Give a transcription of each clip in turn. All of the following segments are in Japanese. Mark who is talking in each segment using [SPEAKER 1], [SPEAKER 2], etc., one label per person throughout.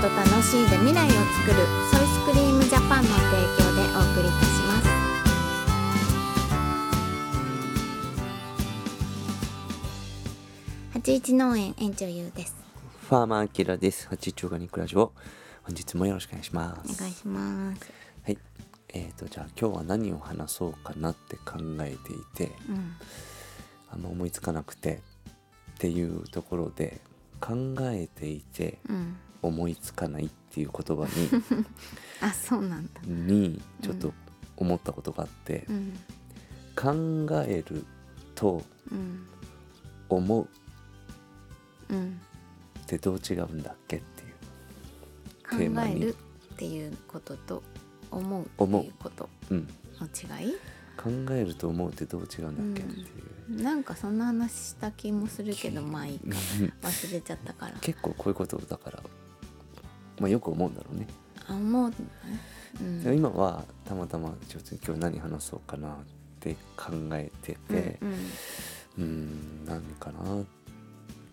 [SPEAKER 1] と楽しいで未来を作るソイスクリームジャパンの提供でお送りいたします八一農園園長ゆうです
[SPEAKER 2] ファーマーアキラです。八丁ガニクラジオ。本日もよろしくお願いしま
[SPEAKER 1] お
[SPEAKER 2] す。
[SPEAKER 1] 願いします
[SPEAKER 2] はい。えっ、と、じゃあ今日は何を話そうかなって考えていて、
[SPEAKER 1] うん
[SPEAKER 2] あんま思いつかなくて、っていうところで、考えていて
[SPEAKER 1] うん
[SPEAKER 2] 思いつかないっていう言葉
[SPEAKER 1] あそうなんだ
[SPEAKER 2] に、に、ちょっと思ったことがあって
[SPEAKER 1] う、ん
[SPEAKER 2] 考えると
[SPEAKER 1] うん
[SPEAKER 2] 思う
[SPEAKER 1] うん
[SPEAKER 2] ってどう違うんだっけっていう。
[SPEAKER 1] 考
[SPEAKER 2] テーマ
[SPEAKER 1] え
[SPEAKER 2] に
[SPEAKER 1] るっていうことと思う
[SPEAKER 2] 思う
[SPEAKER 1] っていうこと
[SPEAKER 2] うん。
[SPEAKER 1] の違い
[SPEAKER 2] 考えると思うってどう違うんだっけっていう。
[SPEAKER 1] なんかそんな話した気もするけどまあ いいか忘れちゃったから
[SPEAKER 2] 結構こういうことだから、まあ、よく思うんだろうね、
[SPEAKER 1] あ思うのね
[SPEAKER 2] でも今はたまたまちょっと今日何話そうかなって考えて
[SPEAKER 1] うん
[SPEAKER 2] て
[SPEAKER 1] うんうん
[SPEAKER 2] うーん何かなっ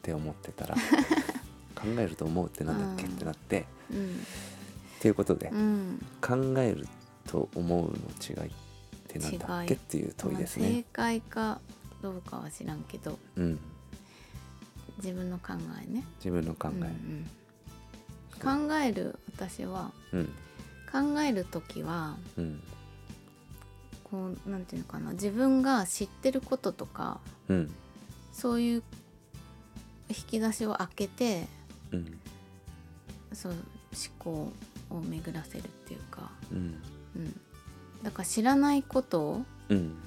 [SPEAKER 2] て思っ てたら考えると思うってなんだっけ
[SPEAKER 1] う
[SPEAKER 2] っ
[SPEAKER 1] ん
[SPEAKER 2] てなって
[SPEAKER 1] うん
[SPEAKER 2] っていうことで、
[SPEAKER 1] うん
[SPEAKER 2] 考えると思うの違いってなんだっ
[SPEAKER 1] 違い
[SPEAKER 2] けっていう問いです
[SPEAKER 1] まあ正
[SPEAKER 2] ね。
[SPEAKER 1] 解かどうかは知らんけど
[SPEAKER 2] うん、
[SPEAKER 1] 自分の考えね
[SPEAKER 2] 自分の考
[SPEAKER 1] うん
[SPEAKER 2] え、
[SPEAKER 1] うん考える私は
[SPEAKER 2] うん
[SPEAKER 1] 考える時は
[SPEAKER 2] うん
[SPEAKER 1] こうなんていうのかな自分が知ってることとか
[SPEAKER 2] うん
[SPEAKER 1] そういう引き出しを開けて
[SPEAKER 2] うん
[SPEAKER 1] そう思考を巡らせるっていうか、
[SPEAKER 2] うん
[SPEAKER 1] うん、だから知らないこと
[SPEAKER 2] うん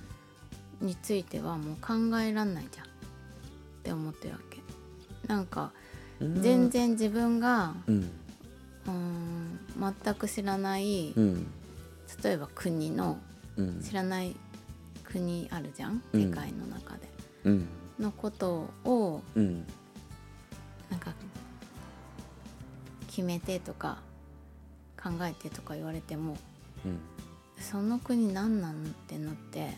[SPEAKER 1] についてはもう考えらんないじゃんって思ってるわけなんか
[SPEAKER 2] うん
[SPEAKER 1] 全然自分が
[SPEAKER 2] うん
[SPEAKER 1] うーん全く知らない
[SPEAKER 2] うん
[SPEAKER 1] 例えば国の
[SPEAKER 2] うん
[SPEAKER 1] 知らない国あるじゃん
[SPEAKER 2] うん
[SPEAKER 1] 世界の中で
[SPEAKER 2] うん
[SPEAKER 1] のことを
[SPEAKER 2] うん
[SPEAKER 1] なんか決めてとか考えてとか言われても
[SPEAKER 2] うん
[SPEAKER 1] その国何なんってなって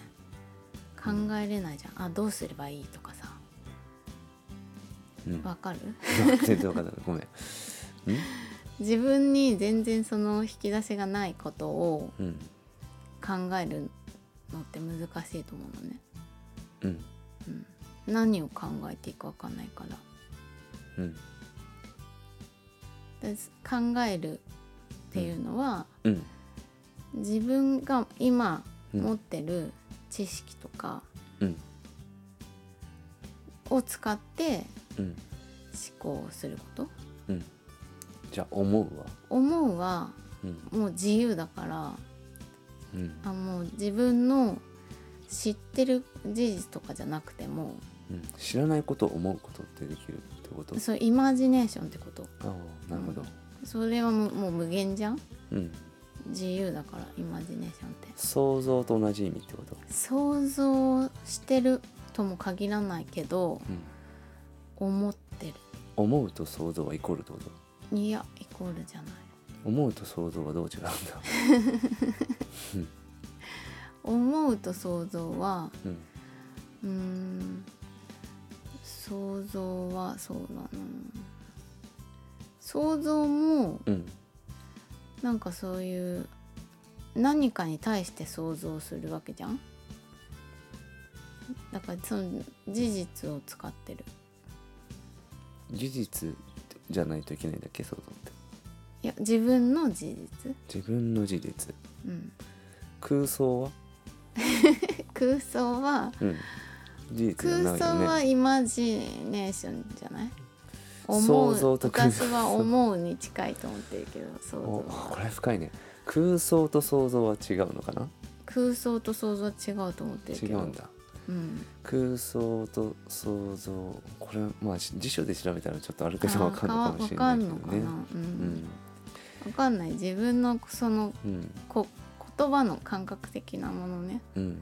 [SPEAKER 1] 考えれないじゃんあどうすればいいとかさ
[SPEAKER 2] うん
[SPEAKER 1] わかる
[SPEAKER 2] 全然わかんないごめん
[SPEAKER 1] 自分に全然その引き出しがないことを
[SPEAKER 2] うん
[SPEAKER 1] 考えるのって難しいと思うのね
[SPEAKER 2] うん
[SPEAKER 1] 何を考えていいかわかんないから
[SPEAKER 2] うん
[SPEAKER 1] で考えるっていうのは、
[SPEAKER 2] うん
[SPEAKER 1] 自分が今
[SPEAKER 2] うん
[SPEAKER 1] 持ってる知識とか
[SPEAKER 2] うん
[SPEAKER 1] を使って
[SPEAKER 2] うん
[SPEAKER 1] 思考をすること
[SPEAKER 2] うんじゃあ思うわ
[SPEAKER 1] 思うは
[SPEAKER 2] うん
[SPEAKER 1] もう自由だから
[SPEAKER 2] うん
[SPEAKER 1] あもう自分の知ってる事実とかじゃなくても
[SPEAKER 2] うん知らないことを思うことってできるってこと
[SPEAKER 1] そうイマジネーションってこと
[SPEAKER 2] ああなるほど
[SPEAKER 1] それはもうもう無限じゃん
[SPEAKER 2] うん
[SPEAKER 1] 自由だからイマジネーションって
[SPEAKER 2] 想像と同じ意味ってこと
[SPEAKER 1] 想像してるとも限らないけど
[SPEAKER 2] うん
[SPEAKER 1] 思って
[SPEAKER 2] 思うと想像はイコールってこと
[SPEAKER 1] るいやイコールじゃない
[SPEAKER 2] 思うと想像はどう違うんだ
[SPEAKER 1] 思うと想像は
[SPEAKER 2] うん
[SPEAKER 1] うーん想像はそうだな想像も
[SPEAKER 2] うん
[SPEAKER 1] なんかそういう何かに対して想像するわけじゃんだからその事実を使ってる
[SPEAKER 2] 事実じゃないといけないんだっけ想像って
[SPEAKER 1] いや自分の事実、
[SPEAKER 2] 自分の事実
[SPEAKER 1] うん、
[SPEAKER 2] 空想は
[SPEAKER 1] 空想は
[SPEAKER 2] うん事実じゃ
[SPEAKER 1] 空
[SPEAKER 2] ないよね
[SPEAKER 1] 想はイマジネーションじゃない思う
[SPEAKER 2] 想像と空
[SPEAKER 1] 私
[SPEAKER 2] 想
[SPEAKER 1] は思うに近いと思ってるけど想
[SPEAKER 2] お
[SPEAKER 1] 像は
[SPEAKER 2] これ深いね空想と想像は違うのかな
[SPEAKER 1] 空想と想像は違うと思ってるけ
[SPEAKER 2] 違
[SPEAKER 1] ど
[SPEAKER 2] うんだ
[SPEAKER 1] うん
[SPEAKER 2] 空想と想像これはまあ辞書で調べたらちょっとある程度
[SPEAKER 1] あ
[SPEAKER 2] わかんのかもしれないけど
[SPEAKER 1] わかんのかな、
[SPEAKER 2] ね
[SPEAKER 1] う
[SPEAKER 2] うんん
[SPEAKER 1] わかんない自分のその
[SPEAKER 2] うん
[SPEAKER 1] こ言葉の感覚的なものね
[SPEAKER 2] うん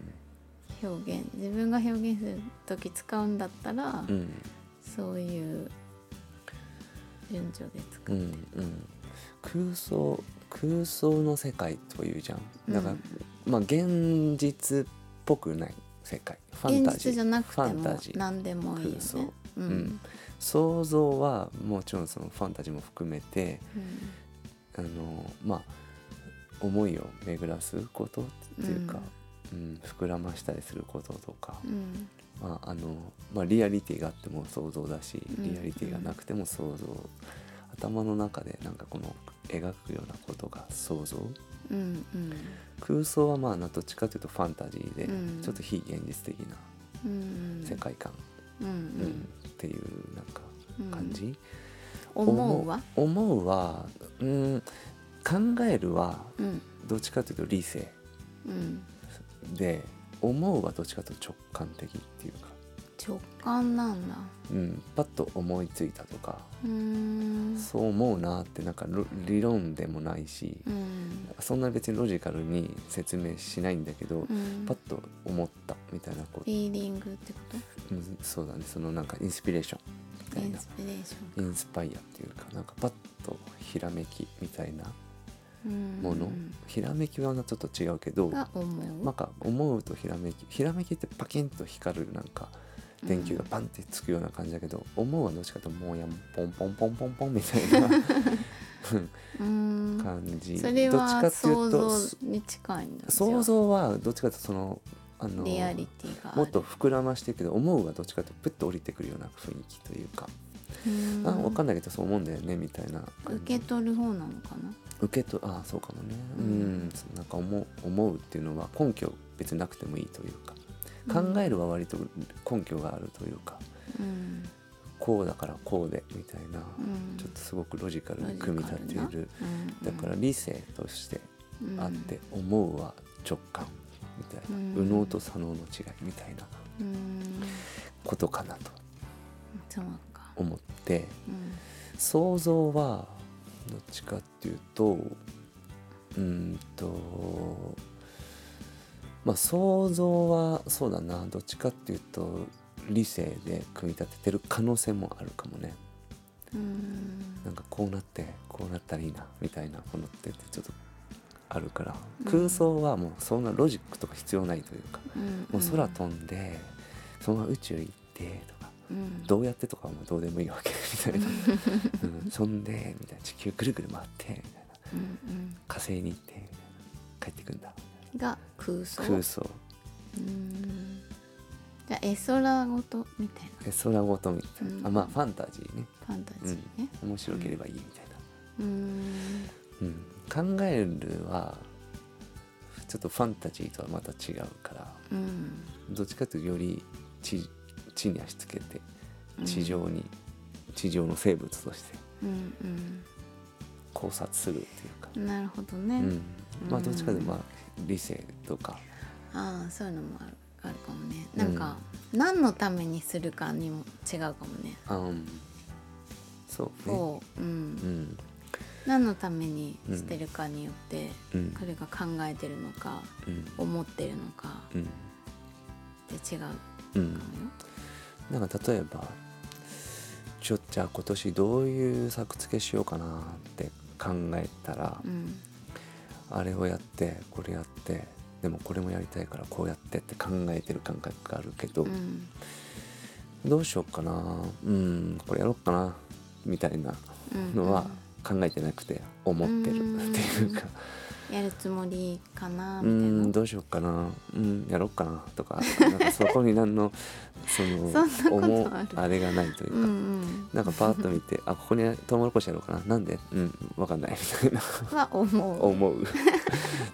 [SPEAKER 1] 表現自分が表現する時使うんだったら、
[SPEAKER 2] うん
[SPEAKER 1] そういう順序で使
[SPEAKER 2] う
[SPEAKER 1] う、
[SPEAKER 2] んうん空想空想の世界というじゃんだから、まあ現実っぽくない世界ファンタ
[SPEAKER 1] 現
[SPEAKER 2] ジー
[SPEAKER 1] 実じゃなくて
[SPEAKER 2] ファン
[SPEAKER 1] も
[SPEAKER 2] タジー
[SPEAKER 1] 何でもいいよ
[SPEAKER 2] 空想
[SPEAKER 1] ね、う
[SPEAKER 2] うん
[SPEAKER 1] ん
[SPEAKER 2] 想像はもちろんそのファンタジーも含めて
[SPEAKER 1] うん
[SPEAKER 2] あのまあ思いを巡らすことっていうか、うん膨らましたりすることとか、
[SPEAKER 1] うん
[SPEAKER 2] まああのまあ、リアリティがあっても想像だし
[SPEAKER 1] うん
[SPEAKER 2] リアリティがなくても想像、頭の中でなんかこの描くようなことが想像
[SPEAKER 1] うん
[SPEAKER 2] 空想はまあどっちかというとファンタジーで、
[SPEAKER 1] うん
[SPEAKER 2] ちょっと非現実的な
[SPEAKER 1] うんうん
[SPEAKER 2] 世界観、
[SPEAKER 1] うん
[SPEAKER 2] うん
[SPEAKER 1] う
[SPEAKER 2] っていうなんか
[SPEAKER 1] ん
[SPEAKER 2] 感じ、
[SPEAKER 1] うん思うわ
[SPEAKER 2] 思うはうん考えるは
[SPEAKER 1] うん
[SPEAKER 2] どっちかというと理性
[SPEAKER 1] うん
[SPEAKER 2] で思うはどっちかというと直感的っていうか、
[SPEAKER 1] 直感なんだ
[SPEAKER 2] うん、パッと思いついたとか、
[SPEAKER 1] うーん
[SPEAKER 2] そう思うなってなんかろ理論でもないし、
[SPEAKER 1] うん
[SPEAKER 2] そんな別にロジカルに説明しないんだけど、
[SPEAKER 1] うん
[SPEAKER 2] パッと思ったみたいなこ
[SPEAKER 1] フィーリングってこと
[SPEAKER 2] う、うんそうだねそのなんかインスピレーションみた
[SPEAKER 1] イ
[SPEAKER 2] い
[SPEAKER 1] ン
[SPEAKER 2] な
[SPEAKER 1] スピレーシ
[SPEAKER 2] インスパイアっていうかなんかパッとひらめきみたいな
[SPEAKER 1] ョン
[SPEAKER 2] もの、
[SPEAKER 1] うん
[SPEAKER 2] ひらめきはちょっと違うけど、
[SPEAKER 1] が思う
[SPEAKER 2] なんか思うとひらめきひらめきってパキンと光るなんか電球がパンってつくような感じだけど、思うはどっちかというともうやんポンポンポンポンポンみた いな
[SPEAKER 1] うん
[SPEAKER 2] 感じ
[SPEAKER 1] それ
[SPEAKER 2] どっちか
[SPEAKER 1] は
[SPEAKER 2] っていう
[SPEAKER 1] 想
[SPEAKER 2] と
[SPEAKER 1] 像に近いんだ
[SPEAKER 2] 想
[SPEAKER 1] じ
[SPEAKER 2] 像はどっちかというとその
[SPEAKER 1] ゃ
[SPEAKER 2] あ
[SPEAKER 1] あ
[SPEAKER 2] の
[SPEAKER 1] リアリティがある
[SPEAKER 2] もっと膨らましてるけど思うはどっちかというとプッと降りてくるような雰囲気というか、
[SPEAKER 1] うん
[SPEAKER 2] あ分かんないけどそう思うんだよねみたいな
[SPEAKER 1] 受け取る方なのかな
[SPEAKER 2] 受けとああそうかもねう
[SPEAKER 1] うん
[SPEAKER 2] ん、なんか思う思うっていうのは根拠別になくてもいいというか考えるは割と根拠があるというか、
[SPEAKER 1] うん
[SPEAKER 2] こうだからこうでみたいな、
[SPEAKER 1] うん
[SPEAKER 2] ちょっとすごくロジカルに組み立て
[SPEAKER 1] ロジカ
[SPEAKER 2] る
[SPEAKER 1] うん
[SPEAKER 2] だから理性としてあって、思うは直感みたいな、
[SPEAKER 1] うん
[SPEAKER 2] 右脳と左脳の違いみたいな
[SPEAKER 1] うんうん
[SPEAKER 2] ことかなと
[SPEAKER 1] そうか
[SPEAKER 2] 思って
[SPEAKER 1] うん
[SPEAKER 2] 想像はどっちかっていうとうーんとまあ想像はそうだなどっちかっていうと理性で組み立ててる可能性もあるかもね
[SPEAKER 1] うん
[SPEAKER 2] なんかこうなってこうなったらいいなみたいなものってちょっとあるから
[SPEAKER 1] うん
[SPEAKER 2] 空想はもうそんなロジックとか必要ないというか、
[SPEAKER 1] うん
[SPEAKER 2] もう空飛んでそのまま宇宙行ってとか
[SPEAKER 1] うん
[SPEAKER 2] どうやってとかはもうどうでもいいわけみ たいな、うん、そんでみたいな地球ぐるぐる回ってみたいな
[SPEAKER 1] うんうん
[SPEAKER 2] 火星に行ってみたいな帰ってくんだ
[SPEAKER 1] が空想
[SPEAKER 2] 空想
[SPEAKER 1] うんじゃあ絵空ごとみたい
[SPEAKER 2] え空ごとみたいな、
[SPEAKER 1] うん
[SPEAKER 2] あまあファンタジーね
[SPEAKER 1] なファンタジーね
[SPEAKER 2] 面白ければいいみたいな
[SPEAKER 1] うん
[SPEAKER 2] うん、考えるはちょっとファンタジーとはまた違うから
[SPEAKER 1] うん
[SPEAKER 2] どっちかというとより地地に足つけて
[SPEAKER 1] うん
[SPEAKER 2] 地上に、地上の生物として
[SPEAKER 1] うん
[SPEAKER 2] 考察するっていうか、
[SPEAKER 1] うんなるほど
[SPEAKER 2] う
[SPEAKER 1] ね、
[SPEAKER 2] んまあ、
[SPEAKER 1] うん
[SPEAKER 2] どっちかというとまあ理性とか、
[SPEAKER 1] ああそういうのもあるあるかもねなんか、何のためにするかにも違うかもね
[SPEAKER 2] あうん、そうね。
[SPEAKER 1] こう、うん
[SPEAKER 2] うん
[SPEAKER 1] 何のためにしてるかによって、
[SPEAKER 2] うん
[SPEAKER 1] 彼が考えてるのか
[SPEAKER 2] うん
[SPEAKER 1] 思ってるのか
[SPEAKER 2] うん
[SPEAKER 1] って違うかもよ、
[SPEAKER 2] うんなんか例えばちょっとじゃあ今年どういう作付けしようかなって考えたら、
[SPEAKER 1] うん
[SPEAKER 2] あれをやってこれやってでもこれもやりたいからこうやってって考えてる感覚があるけど、
[SPEAKER 1] うん
[SPEAKER 2] どうしようかなうんこれやろうかなみたいな
[SPEAKER 1] うん、
[SPEAKER 2] のは考えてなくて思ってる
[SPEAKER 1] うん
[SPEAKER 2] っていうか
[SPEAKER 1] やるつもりかな
[SPEAKER 2] う
[SPEAKER 1] みたい
[SPEAKER 2] ん
[SPEAKER 1] な
[SPEAKER 2] どうしようかなうんやろうかなとかなんかそこに 何のその
[SPEAKER 1] そんなこと
[SPEAKER 2] 思う
[SPEAKER 1] ある
[SPEAKER 2] あれがないという
[SPEAKER 1] う
[SPEAKER 2] か。
[SPEAKER 1] んうん
[SPEAKER 2] なんかパーッと見てあここにトウモロコシやろうかななんでうんわかんないみたいな
[SPEAKER 1] は思う
[SPEAKER 2] 思う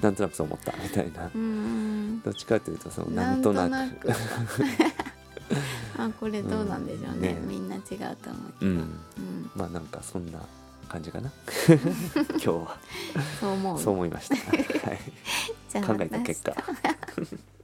[SPEAKER 2] なんとなくそう思ったみたいな
[SPEAKER 1] うん
[SPEAKER 2] どっちかというとその
[SPEAKER 1] うん
[SPEAKER 2] なんとなく
[SPEAKER 1] なんとなく あこれどうなんでしょうね,、
[SPEAKER 2] うんね
[SPEAKER 1] みんな違うと思うけ
[SPEAKER 2] う
[SPEAKER 1] ど、
[SPEAKER 2] ん
[SPEAKER 1] うん
[SPEAKER 2] まあなんかそんな感じ かな今日は
[SPEAKER 1] そう思う
[SPEAKER 2] そう思いました、はい、
[SPEAKER 1] じゃあ
[SPEAKER 2] 考えた結果
[SPEAKER 1] 明日